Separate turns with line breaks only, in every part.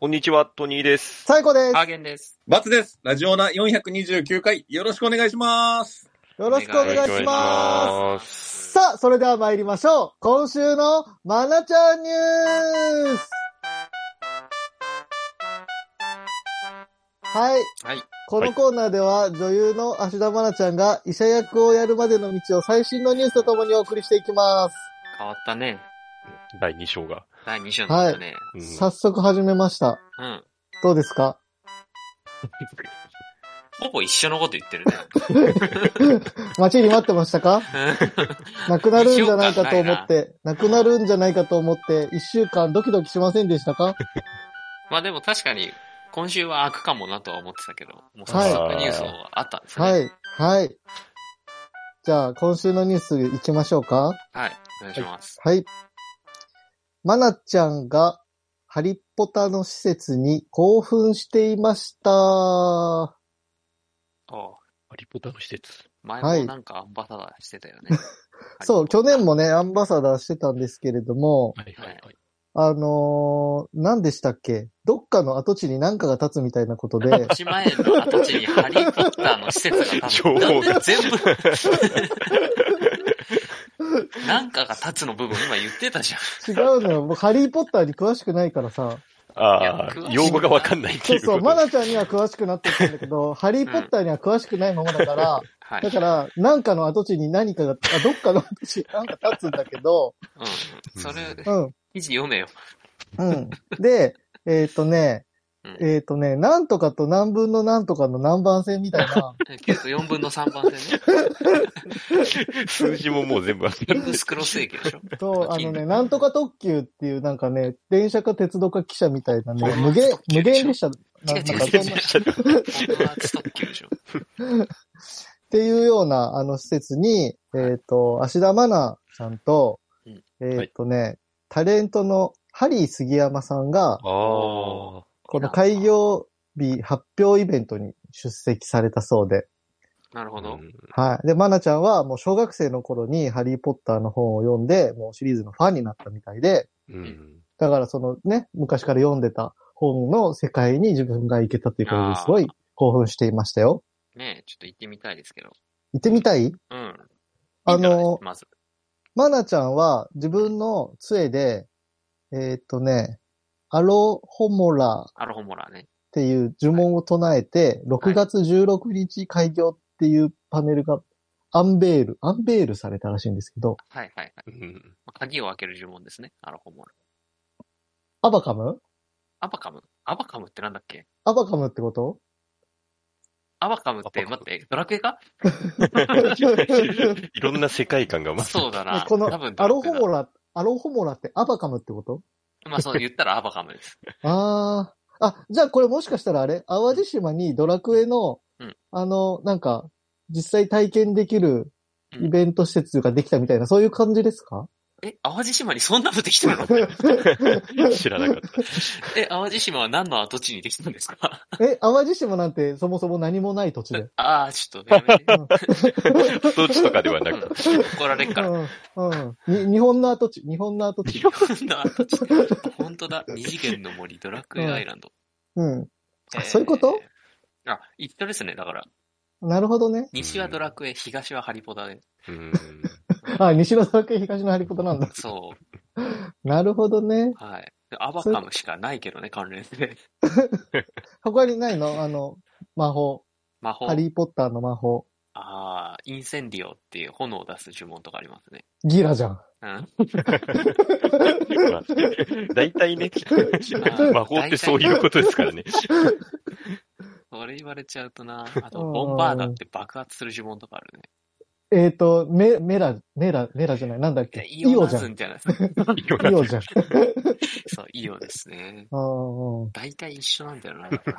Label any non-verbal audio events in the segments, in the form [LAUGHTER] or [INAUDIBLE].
こんにちは、トニーです。
最高です。
ハーゲンです。
バツです。ラジオナ429回、よろしくお願いします。
よろしくお願
お
いしま。
願いしますす
さあ、それでは参りましょう。今週のまなちゃんニュースはい。
はい。
このコーナーでは女優の芦田愛菜ちゃんが医者役をやるまでの道を最新のニュースとともにお送りしていきます。
変わったね。
第2章が。
第2章になったね。
うん
早速始めました。
うん。
どうですか
ほぼ一緒のこと言ってるね。 [LAUGHS]
待ちに待ってました [LAUGHS] かなくなるんじゃないかと思って、なくなるんじゃないかと思って、一週間ドキドキしませんでしたか
まあでも確かに、今週は開くかもなとは思ってたけど、もう早速ニュースもあったんですね。
はい、はい。じゃあ、今週のニュース行きましょうか。
はい。お願いします。
はい。まなちゃんが、ハリポタの施設に興奮していました。は
おう
ハリポタの施設。
前
はい
もなんかアンバサダーしてたよ
い
ね。
[LAUGHS] そう、去
はい。、
年もね、アンバサダーしてたんですけれども、
はいはいはい。
あのー、何でしたっけどっかの跡地に何かが建つみたいなことで
[LAUGHS]
一前の跡地にハリーポッターの施
[LAUGHS]
設が建つ。
情報が
全部。なんかが立つの部分今言ってたじゃん。
違うのよ。僕、ハリーポッターに詳しくないからさ。
あ
いや詳
あ、
しい
用語がわかんないって
そ
いううこと。 [LAUGHS]
そう、マナちゃんには詳しくなってたんだけど、ハリーポッターには詳しくないままだから、
はい。
だから、なんかの跡地に何かが、あどっかの跡地に何か立つんだけど、
うん。それ、
うん、
記事読めよ。
うん。で、えっ、とね、
うん
えっ、とね、なんとかと何分のなんとかの何番線みたいな、
きっと4分の3番でね。
数字ももう全部わかん
キ
ない
ングスクロス駅でしょ。 [LAUGHS]
と、あのね、なんとか特急っていうなんかね、電車か鉄道か汽車みたいなね、無限、無限列車、なな
違うん違
か
う
そんな、っ
違
[LAUGHS]
う。ホグワーツ特急でしょ。
ていうような、あの施設に、えっ、と、芦田愛菜ちゃんと
うん、
えっ、とね、タレントのハリー杉山さんが、
ああ。
この開業日発表イベントに出席されたそうで。
なるほど。
うん
はい。で、まなちゃんはもう小学生の頃にハリーポッターの本を読んで、もうシリーズのファンになったみたいで、
うん。
だからそのね、昔から読んでた本の世界に自分が行けたということですごい興奮していましたよ。
ねえ、ちょっと行ってみたいですけど。
行ってみたい
うん。いいんじ
あ
ゃない
の、
まず。
まなちゃんは自分の杖で、えーっとね、アロホモラ
アロホモラね。
っていう呪文を唱えて、6月16日開業っていうパネルがアンベール、アンベールされたらしいんですけど、
はいはいはい。
うん
まあ鍵を開ける呪文ですね。アロホモラ。
アバカム
アバカムアバカムってなんだっけ
アバカムってこと
アバカムって、
アバ
待
カ
っ
ム
て、ドラクエか
いろんな世界観がま
そうだな。
[LAUGHS] この
多分ド
ア
ラ
ロ
クエ
ホ
だ
モラ、アロホモラってアバカムってこと
まあそう言ったらアバカムです。
ああ。あ、じゃあこれもしかしたらあれ淡路島にドラクエの、
うん
あの、なんか、実際体験できる
うん
イベント施設ができたみたいな、そういう感じですか
え、淡路島にそんなのできたの
知らなかった。
え、淡路島は何の跡地にできたんですか
[LAUGHS] え、淡路島なんてそもそも何もない土地で。
ああ、ちょっとやめて。
どっちとかではな
う
く
ん怒られっから。
うん。うん。に日本の跡地、日本の跡地。
こん
[LAUGHS]
な跡地本当だ。二次元の森、ドラクエアイランド。
うん。あそういうこと
えーあ、一緒ですね、だから。
なるほどね。
西はドラクエ、東はハリポタで。
うん。
あ、西のドラクエ、東の [LAUGHS] ハリポタなんだ。
そ
なるほどね。
う。はい。でアバカムしかないけどね、関連で。
他にないのあの、魔法。
魔法。
ハリーポッターの魔法。
ああ、インセンディオっていう炎を出す呪文とかありますね。
ギラじゃん。
うん。
まあ大体ね、魔法ってそういうことですからね。
それ言われちゃうとな。あと、
うん
ボンバーダって爆発する呪文とかあるね。
えっ、と、メ、メラ、メラ、メラじゃない。なんだっけ
イオ
オ
ナ
じゃ
ズ
ん。
ンじゃない
[LAUGHS] イオじゃん。
そう、イオですね。
うんうん
大体一緒なんだよな。だから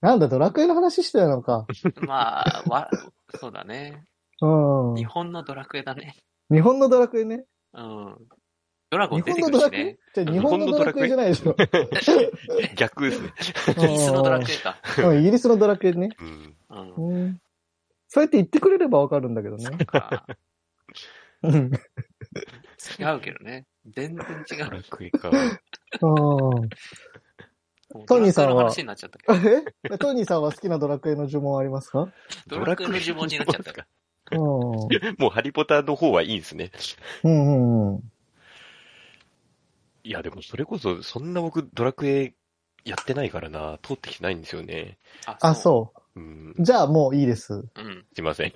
なんだ、ドラクエの話してたのか。
まあ、わ、そうだね。
うん。
日本のドラクエだね。
日本のドラクエね。
うん。ドラゴ
日
ン出
本の
てくる
ド
し
ラクエ
ね。
じゃあ日本のドラクエじゃないでしょ。
逆ですね。
[LAUGHS] イギリスのドラクエか。
うん、イギリスのドラクエね。
うん。
うん。
うん。
[LAUGHS]
そうやって言ってくれればわかるんだけどね。
なんか、
うん。
違うけどね。全然違
ド
う。
ラクエか。
うん。トニーさんは
もうドラクエの話になっちゃったけど。
え [LAUGHS] トニーさんは好きなドラクエの呪文はありますか
ドラクエの呪文になっちゃった。
う
[LAUGHS]
ん。
もうハリポタの方はいいんですね。
うんうんうん。
いや、でもそれこそ、そんな僕、ドラクエやってないからな、通ってきてないんですよね。
あ、そうう。
ん、
じゃあもういいです。
う。うん。
すいません。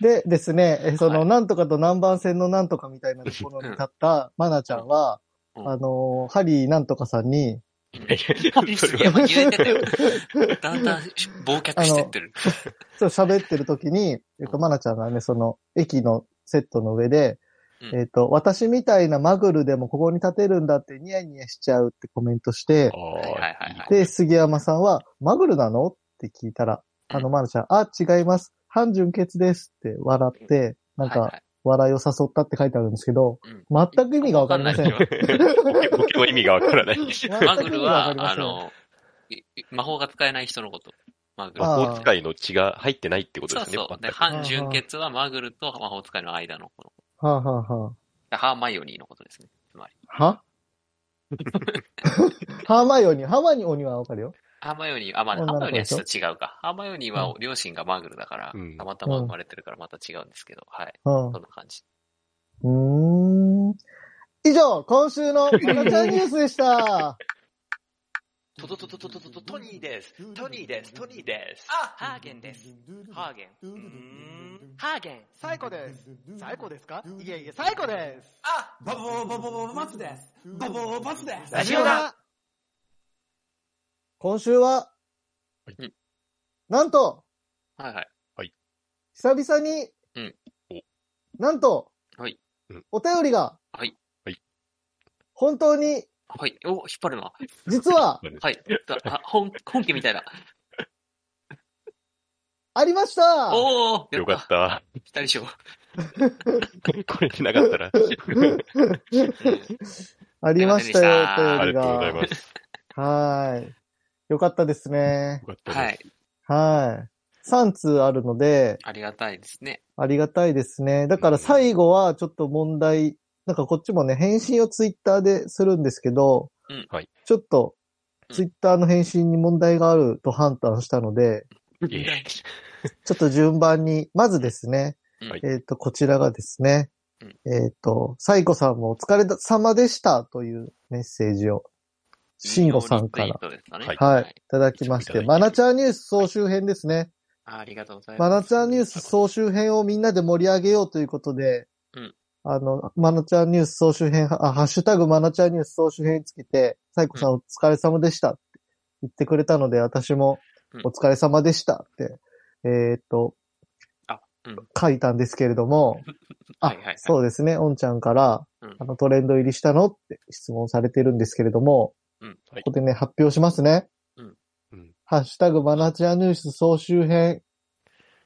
でですね、えその、
はい
なんとかと南蛮線のなんとかみたいなところに立ったマナちゃんは、
うん
あのー、ハリーなんとかさんに、
そ
い
れ
や、
は
もう言えてたよ。だんだん忘却してってる。
そう喋ってる時に、えっと、マナちゃんがね、その、駅のセットの上で、
うん
えっと、私みたいなマグルでもここに立てるんだってニヤニヤしちゃうってコメントし
[LAUGHS]
て
あ、
はいはいはい
ー
はい。
で、杉山さんは、マグルなのって聞いたら、あの、マナちゃん、あ、違います。半純血ですって笑って、なん
はい
か
は、い
笑いを誘ったって書いてあるんですけど、
うん
全く意味がわかりません。
わか
僕僕の意味がわからない。
マグル
全、
は
く意味がわか
あ
りません
の、い魔法が使えない人のこと。マグル。
あー
魔法使いの血が入ってないってこと
そ
で
う
すね。
そう。で、
全く
半純血はマグルと魔法使いの間のこの
[LAUGHS] はあ、はあは
ハーマイオニーのことですね。つまり。
あ、は [LAUGHS] ハーマイオニー、ハーマイオニーはわかるよ。
ハーマイオニー、あ、まあ、ハ
女の子
ーマイオニーはちょっと違うか。ハーマイオニーは両親がマグルだから、
うん
たまたま生まれてるからまた違うんですけど、はい。
うん
そんな感じ。。
うーん。以上、今週のマナちゃんニュースでした。
トトトトトトトトトニーです。トニーです。トニーです。あ、ハーゲンです。ハーゲン。んハーゲン。
最高です。最高ですかいえいえ、最高です。
あ、バボーバボーバツです。バボーバツです。
ラジオだ
今週は
はい、
なんと、
はいはい。
久々に
うん、
なんと
はい
うん、
お便りが
はい
はい、
本当に、
はい。お、引っ張るな。
[LAUGHS]
実は、
はい。だあ、本、本家みたいな。
ありました
おー
よか
[LAUGHS]
った。
た。期待しよ
これでなかったら。
う。うん
ありましたよ、お
あり
便り
がとう
が。
ございます。
はい。よかったですね
よ。かったです。
はい。
はい。3通あるので、
ありがたいですね。
ありがたいですね。だから最後はちょっと問題、なんかこっちもね、返信をツイッターでするんですけど、
うん
はい
ちょっと、
うん
ツイッターの返信に問題があると判断したので、
いえ
ちょっと順番に、まずですね、
はい
えっ、と、こちらがですね、
うん
えっ、と、サイコさんもお疲れ様でしたというメッセージを、シンゴさんか
引
ら
用リツイートですかね
はい
はい。い。ただきまし
いただ
て、
き
マナちゃんニュース総集編ですね。
あありがとうござい
マ
ます。
ナちゃんニュース総集編をみんなで盛り上げようということで、
うん
あの、マナちゃんニュース総集編、あ、ハッシュタグマナちゃんニュース総集編つけて、サイコさんお疲れ様でしたって言ってくれたので、私も
うん
お疲れ様でしたって、えーっと、
あうん
書いたんですけれども、あ
[LAUGHS] はいはいはい
そうですね、オンちゃんから、
うん
あのトレンド入りしたのって質問されてるんですけれども、
うん
はい
ここでね、発表しますね。
うん
うん
ハッシュタグマナチアニュース総集編、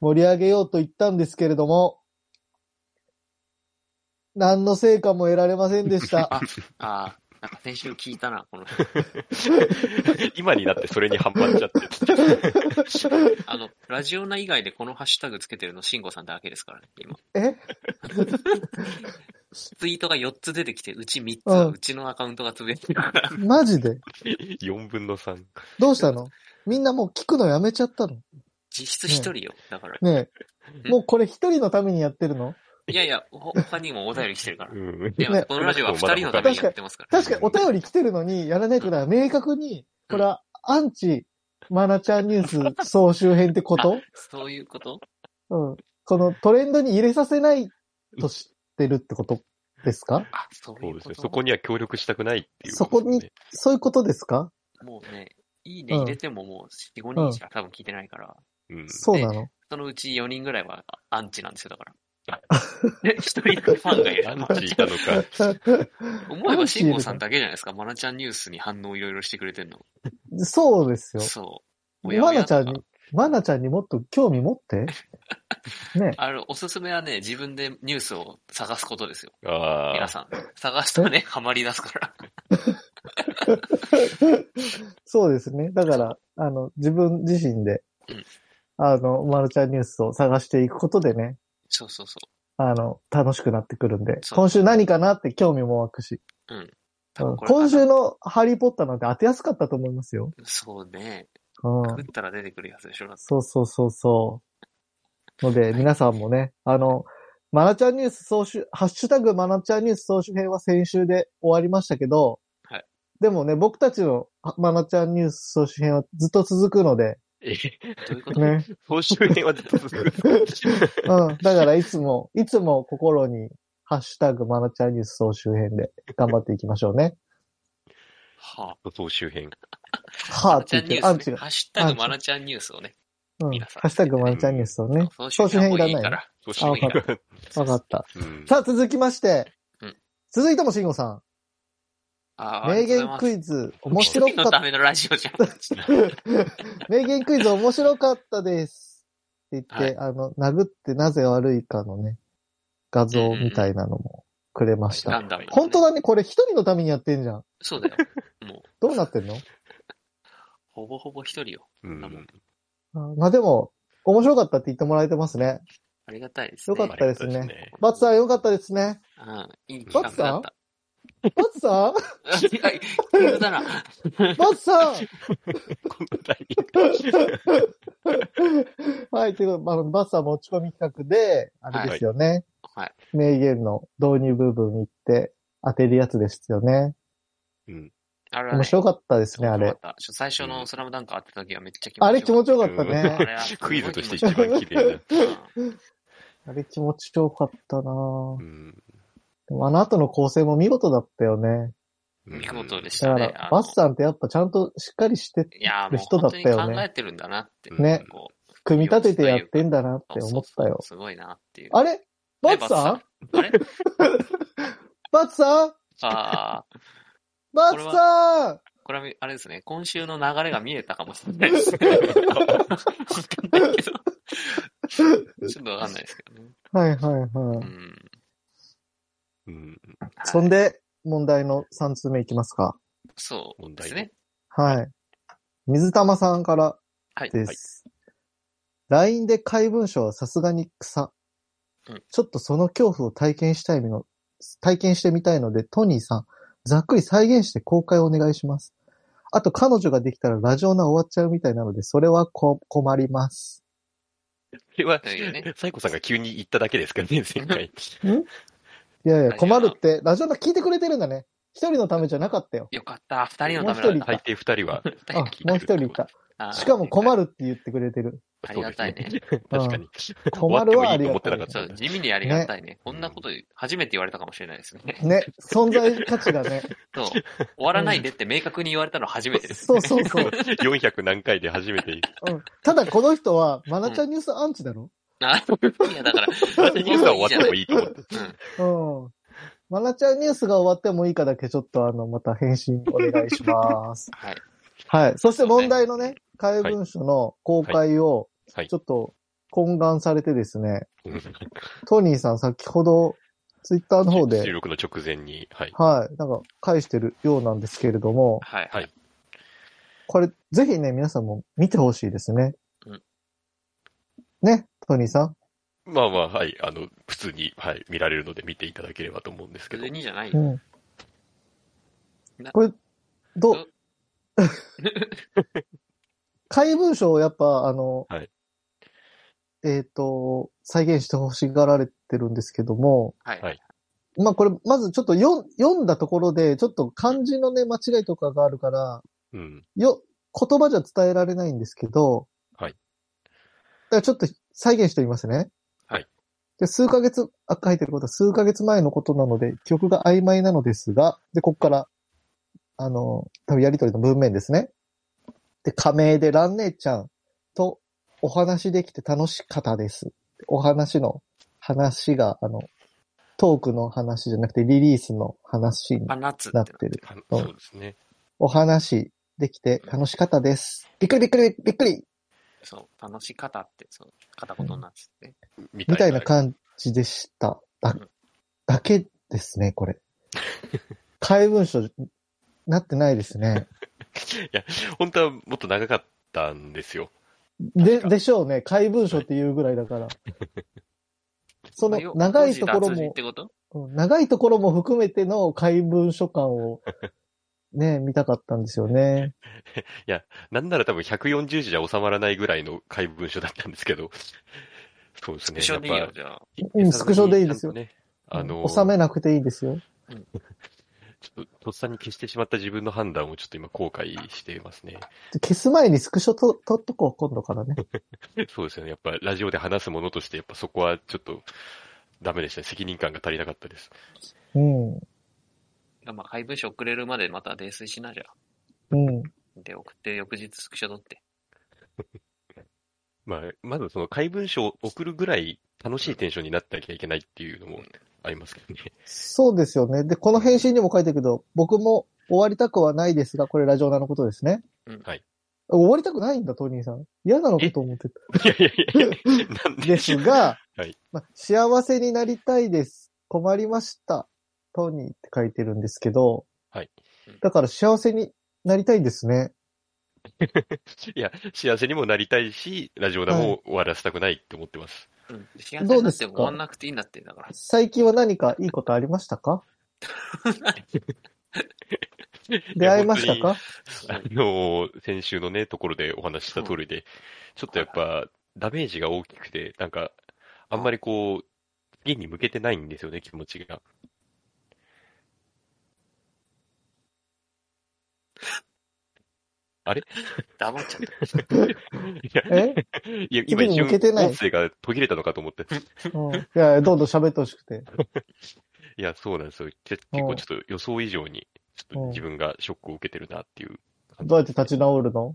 盛り上げようと言ったんですけれども、何の成果も得られませんで
[LAUGHS]
した。
あーなんか先週聞いたな、この、
今になってそれに反発しちゃって。
あの、ラジオナ以外でこのハッシュタグつけてるの、シンゴさんだけですからね、今。
え
[LAUGHS] ツイートが4つ出てきて、うち3つはうちのアカウントがつぶやいてるから。
マジで
4分の3。
どうしたのみんなもう聞くのやめちゃったの
実質一人よ。だから。
ねえ。もうこれ一人のためにやってるの
いやいや、ほ他にもお便り来てるから。
うん。
い
[LAUGHS]
や、
ね
このラジオは二人のためにやってますから。
確かにお便り来てるのにやらないってことは明確に、これはアンチマナチャニュース総集編ってこと
そういうこと
うん。このトレンドに入れさせないと知ってるってことですか
あ、そうい
そう
う
です
こ
ね。
と。
そこには協力したくないっていう、
そこに。そういうことですか
もうね、いいね
うん
入れてももう4、5人しか多分聞いてないから、
うん。
そうなの
そのうち4人ぐらいはアンチなんですよ、だから。 [LAUGHS] で、一人だけフ
[LAUGHS]
ァンがいる。
アンチ [LAUGHS] いたのか。
思えば、シンゴさんだけじゃないですか。マナちゃんニュースに反応いろいろしてくれてんの。
[LAUGHS] そうですよ。
そう。おやお
マ
や
ナ
と
ち
か
ゃんに、マナちゃんにもっと興味持って。 [LAUGHS] ね。
あの、おすすめはね、自分でニュースを探すことですよ。
あ
皆
あ。
さん。探すとね、ハマり出すから。
そうですね。だから、あの、自分自身で
うん、
あの、マナちゃんニュースを探していくことでね、
そうそうそ
あの、楽しくなってくるんで、
そう
今週何かなって興味も湧くし、
多
うん
分これかな
今週のハリーポッターなんて当てやすかったと思いますよ。
そうね。
うん。
食ったら出てくるやつでしょ、だって
そうそうそうそう。ので、皆さんもね、あの、マナちゃんニュース総集、ハッシュタグマナちゃんニュース総集編は先週で終わりましたけど、
はい
でもね、僕たちのあマナちゃんニュース総集編はずっと続くので、
え、
どういうこと
ね。
総集編はずっと続く。
うん。だからいつも、いつも心に、ハッシュタグマナちゃんニュース総集編で頑張っていきましょうね。
は
[LAUGHS] 総集編。
あ。
はぁっ
マナち
て
ゃんニ
言
ュ
って、ア
ー
ン
ス、
チ
ね。
が。
ハッシュタグマナちゃんニュースをね。
うん。
皆
ハ
さん
ッシュタグマナちゃんニュースをね。
そう
総集編
が
が
いいか
ない。
ら。
総集
あ、
編
わかった。わかった。
うん。
さあ、続きまして
うん。
続いても、慎吾さん。
あ
名言ク
イ
イズ、面白か
の
った
た。めのラジオじゃ
[LAUGHS]
ん。
名言クイズ面白かったです。って言って、
はい
あの、殴ってなぜ悪いかのね、画像みたいなのもくれました。
ガンダムのね
本当だね、これ一人のためにやってんじゃん。
そうだよ。もう、
どうなってんの
ほぼほぼ一人よ。
うん。
あまあでも、面白かったって言ってもらえてますね。
ありがたいです
よ
ね。
かったです
ありがたい
ね
ですね。
バツさんよかったですね。
うん、いい企画だった。
バツさ
[LAUGHS]
ん
はい、急だな。
バツさん
このタイミン
はい、ということで、あの、バツさん持ち込み企画で、あれですよね。
はい。
名言の導入部分行って当てるやつですよね。
グうん。
あれはね
面白かったですね、あ
面
れ
白。かったちょ最初のスラムダンク当てた時はめっちゃ気持ちよかった
あれ気持ちよかっ
よ
たね
あ。れは
クイズとして一番
[LAUGHS]
綺麗だ。
うん
あれ気持ちよかったなぁ
うん。
でもあの後の構成も見事だったよね。
うん
見事でし
だ
た
か
ね。
ら
あ、の
バスさんってやっぱちゃんとしっかりして、
いや、もう
人だ
本
った
当に
よね
考えてるんだなって。
ね
こう
組み立ててやってんだなっ
あ
て思ったよ。
そうそうすごいなっていう。
あれバ
ね
ツさん
バツさんあれ
バツさん
あー
バツさん
これはみ、あれですね。今週の流れが見えたかもしれないで
[LAUGHS]
すね。ちょっとわかんないですけどね。
はいはいは
う
い。
ん。
うん。
そん
で、
で、問題の3通目いきますか。
そうですね。
はい。水玉さんから
はい。
です。LINE で怪文書はさすがに草、
うん
ちょっとその恐怖を体験したいの、体験してみたいので、トニーさん、ざっくり再現して公開お願いします。あと彼女ができたらラジオナ終わっちゃうみたいなので、それはこ困ります。
これは
というね、
サイコさんが急に言っただけですからね、前回。
いやいや、
ラジオ
困
ナ
るって、ラジオナ聞いてくれてるんだね。一人のためじゃなかったよ。
よかった。二人
も
の
う
た
一
め
人い
だった
大抵二人は。
あ、もう一人いた。
あー。
しかも困るって言ってくれてる。
ありがたいね
そうです [LAUGHS] ね。確かに。
困るはありが
終
た
わ
い
ってもいいと思ってなかっ。
そう、地味にありがたいね。こんなこと初めて言われたかもしれないです
[LAUGHS]
ね。
ね、存在価値が [LAUGHS] ね。
そう。終わらないでって明確に言われたの初めてです。
そうそうそう。
400何回で初 [LAUGHS] めて。
うんただこの人は、マナちゃんニュースアンチだろ、
あいや、だから、
だってニュースは終わってもいいと思って。
うん。マナちゃんニュースが終わってもいいかだけちょっとあの、また返信お願いし
[LAUGHS]
ます。
はい。
はい。そして問題のね、怪文書の公開を
はい、
ちょっと懇願されてですね、
うん
トニーさん先ほど、ツイッターの方
収
で、
録の直前に。はい。
はい、なんか返してるようなんですけれども、
はい。
はい
これぜひね、皆さんも見てほしいですね
うん。
ね、トニーさん。
まあまあ、はい。あの、普通に、はい、見られるので見ていただければと思うんですけ
普
ど
通。にじゃないよ。
うん
な
これ、どう
ど
[LAUGHS] 怪文書をやっぱ、あの、
はい
えっ、と、再現してほしがられてるんですけども、
はい。
はい
まあこれ、まずちょっと読ん読んだところで、ちょっと漢字のね、間違いとかがあるから、
うん。
よ、言葉じゃ伝えられないんですけど、
はい。
だからちょっと再現してみますね。
はい。
で、数ヶ月、あ、書いてることは数ヶ月前のことなので、記憶が曖昧なのですが、で、ここから、あの、多分やりとりの文面ですね。で、仮名で蘭姉ちゃんとお話できて楽しかったです。お話の話が、あの、トークの話じゃなくてリリースの話に
あ、夏
なっ
っ
て
て
る。
あのそうですね。
お話できて楽しかったです。びっくりびっくりびっくり
そう。楽し方って、そう。片言になってて。
み
みたいな
な
感じでした。だ
うん、
だけですね、これ。怪文書になってないですね。
本当はもっと長かったんですよ。
で、
確か
でしょうね。怪文書っていうぐらいだから。その長いところ
幼児脱字っ
も
て、こと
うん長いところも含めての怪文書館をね、見たかったんですよね。
なんなら多分140字じゃ収まらないぐらいの怪文書だったんですけど。 [LAUGHS] そうですね。
一緒でいい
やっ
よ
ぱ、
じゃあ。
うんスクショでいいですよ
ちゃんとねあの、
収めなくていいですよ。
ちょっと、とっさに消してしまった自分の判断をちょっと今後悔していますね。
消す前にスクショと撮っとこう、今度からね。
そうですよね。やっぱラジオで話すものとして、やっぱそこはちょっとダメでしたね。責任感が足りなかったです。
うん。
まあ、配分書送れるまでまた泥酔しなじゃあ。
うん。
で、送って翌日スクショ取って。
まあ、まずその怪文書を送るぐらい楽しいテンションになってなきゃいけないっていうのもありますけどね。
そうですよね。で、この返信にも書いてるけど、僕も終わりたくはないですが、これラジオナのことですね。
うん
はい。
終わりたくないんだ、トニーさん。嫌なのかと思ってた。
いやいやいやい
[LAUGHS]
や、なんで
ですが、
[LAUGHS] はい
ま、幸せになりたいです。困りました。トニーって書いてるんですけど、
はい。
だから幸せになりたいんですね。
いや、幸せにもなりたいし、ラジオナも終わらせたくないって思ってます。
うん。幸
どう
せにな
で
っ
す
て
か
も終わんなくていいんだって、
[LAUGHS]
だから。
最近は何かいいことありまし
[LAUGHS]
たか出会いましたか
あの、先週のね、ところでお話しした通りで、ちょっとやっぱ、ダメージが大きくて、なんか、あんまりこう、次に向けてないんですよね、気持ちが。
黙っちゃった。
いや、
え、
いや今一
次に
瞬
向けてない
音声が途切れたのかと思って。
うん、いや、どんどん喋ってほしくて。
いや、そうなんですよ。け結構ちょっと予想以上に、ちょっと自分がショックを受けてるなっていう感じ
どうやって立ち直るの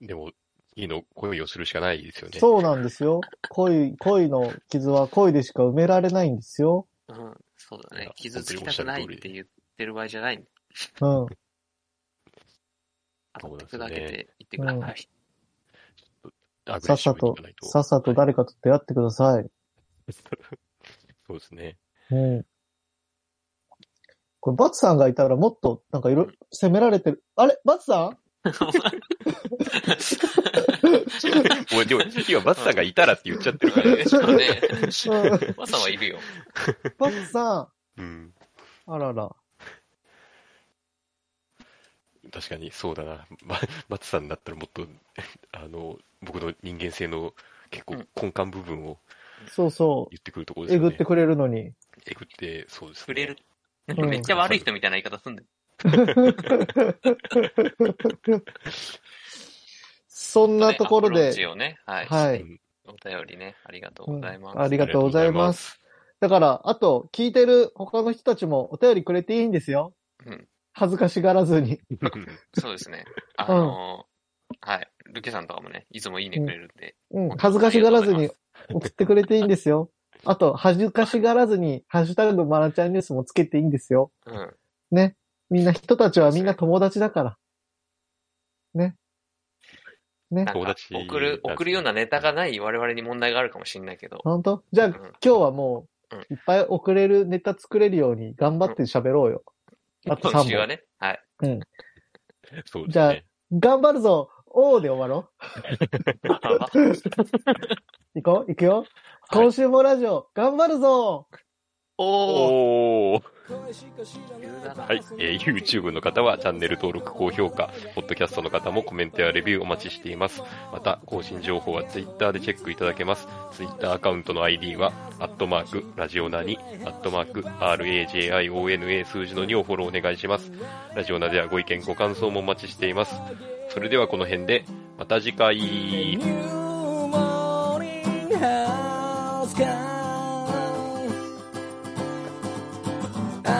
でも、次の恋をするしかないですよね。
そうなんですよ。恋、恋の傷は恋でしか埋められないんですよ。
うん。そうだ
い
ね
や。
傷つきたくないって言ってる場合じゃないんで。
うん。
当
そう
た
で
っ
す
て
ね
砕けていってください。
アグレ
さ
ッ
っ
シ
さ
ブにいか
と
ない、と。
さっさと誰かと出会ってください。
[LAUGHS] そうですね。
うん。これ、バツさんがいたらもっと、なんかいろ、責められてる。あれバツさん
もうでも、今、バツさんがいたらって言っちゃってる
[LAUGHS]
からね。
ちょっとね、
[LAUGHS]
うん
マサはいるよ。
バツさ
うん。
んあらら。
確かに、そうだな。ババツさんだったらもっと、 [LAUGHS] あの、僕の人間性の結構根幹部分を
そうそう。
言ってくるところです
え
よね。
ぐってくれるのに。
えぐって、そうですね。
[LAUGHS] 触れる。
うん
めっちゃ悪い人みたいな言い方すんだよ。
そんなところ
アプロー
で
チ、をね、はい。
は
う
い
ん。
お便りね、ありがとう
う
ご
ん
ざいます。
ありがとうございます。だから、あと、聞いてる他の人たちもお便りくれていいんですよ。
うん
恥ずかしがらずに。
そうですね。あのーはい。ルケさんとかもね、いつもいいねくれるんで。
うん、恥ずかしがらずに送ってくれていいんですよ。あと、恥ずかしがらずに、ハッシュタグマナちゃんニュースもつけていいんですよ。
うん。
ね。みんな、人たちはみんな友達だから。
なん
友
か
達
送る、送るようなネタがない我々に問題があるかもしれないけど。
本当じゃあ、
うん
今日はもう
うん、
いっぱい送れるネタ作れるように頑張って喋ろうよ。あと
今週
3
は
本。
ね、はい。
そうですね。
じゃあ頑張るぞおーで終わろう。行こう行くよ。今週もラジオ、頑張るぞ
[LAUGHS] おー。
おー。
は
はい、えー YouTube の方はチャンネル登録、高評価、ポッドキャストの方もコメントやレビューお待ちしています。また、更新情報は Twitter でチェックいただけます。Twitter アカウントの ID は、アットマーク、ラジオナに、アットマーク、RAJIONA 数字の2をフォローお願いします。ラジオナではご意見、ご感想もお待ちしています。それではこの辺で、また次回。
ニューモーニングハウスか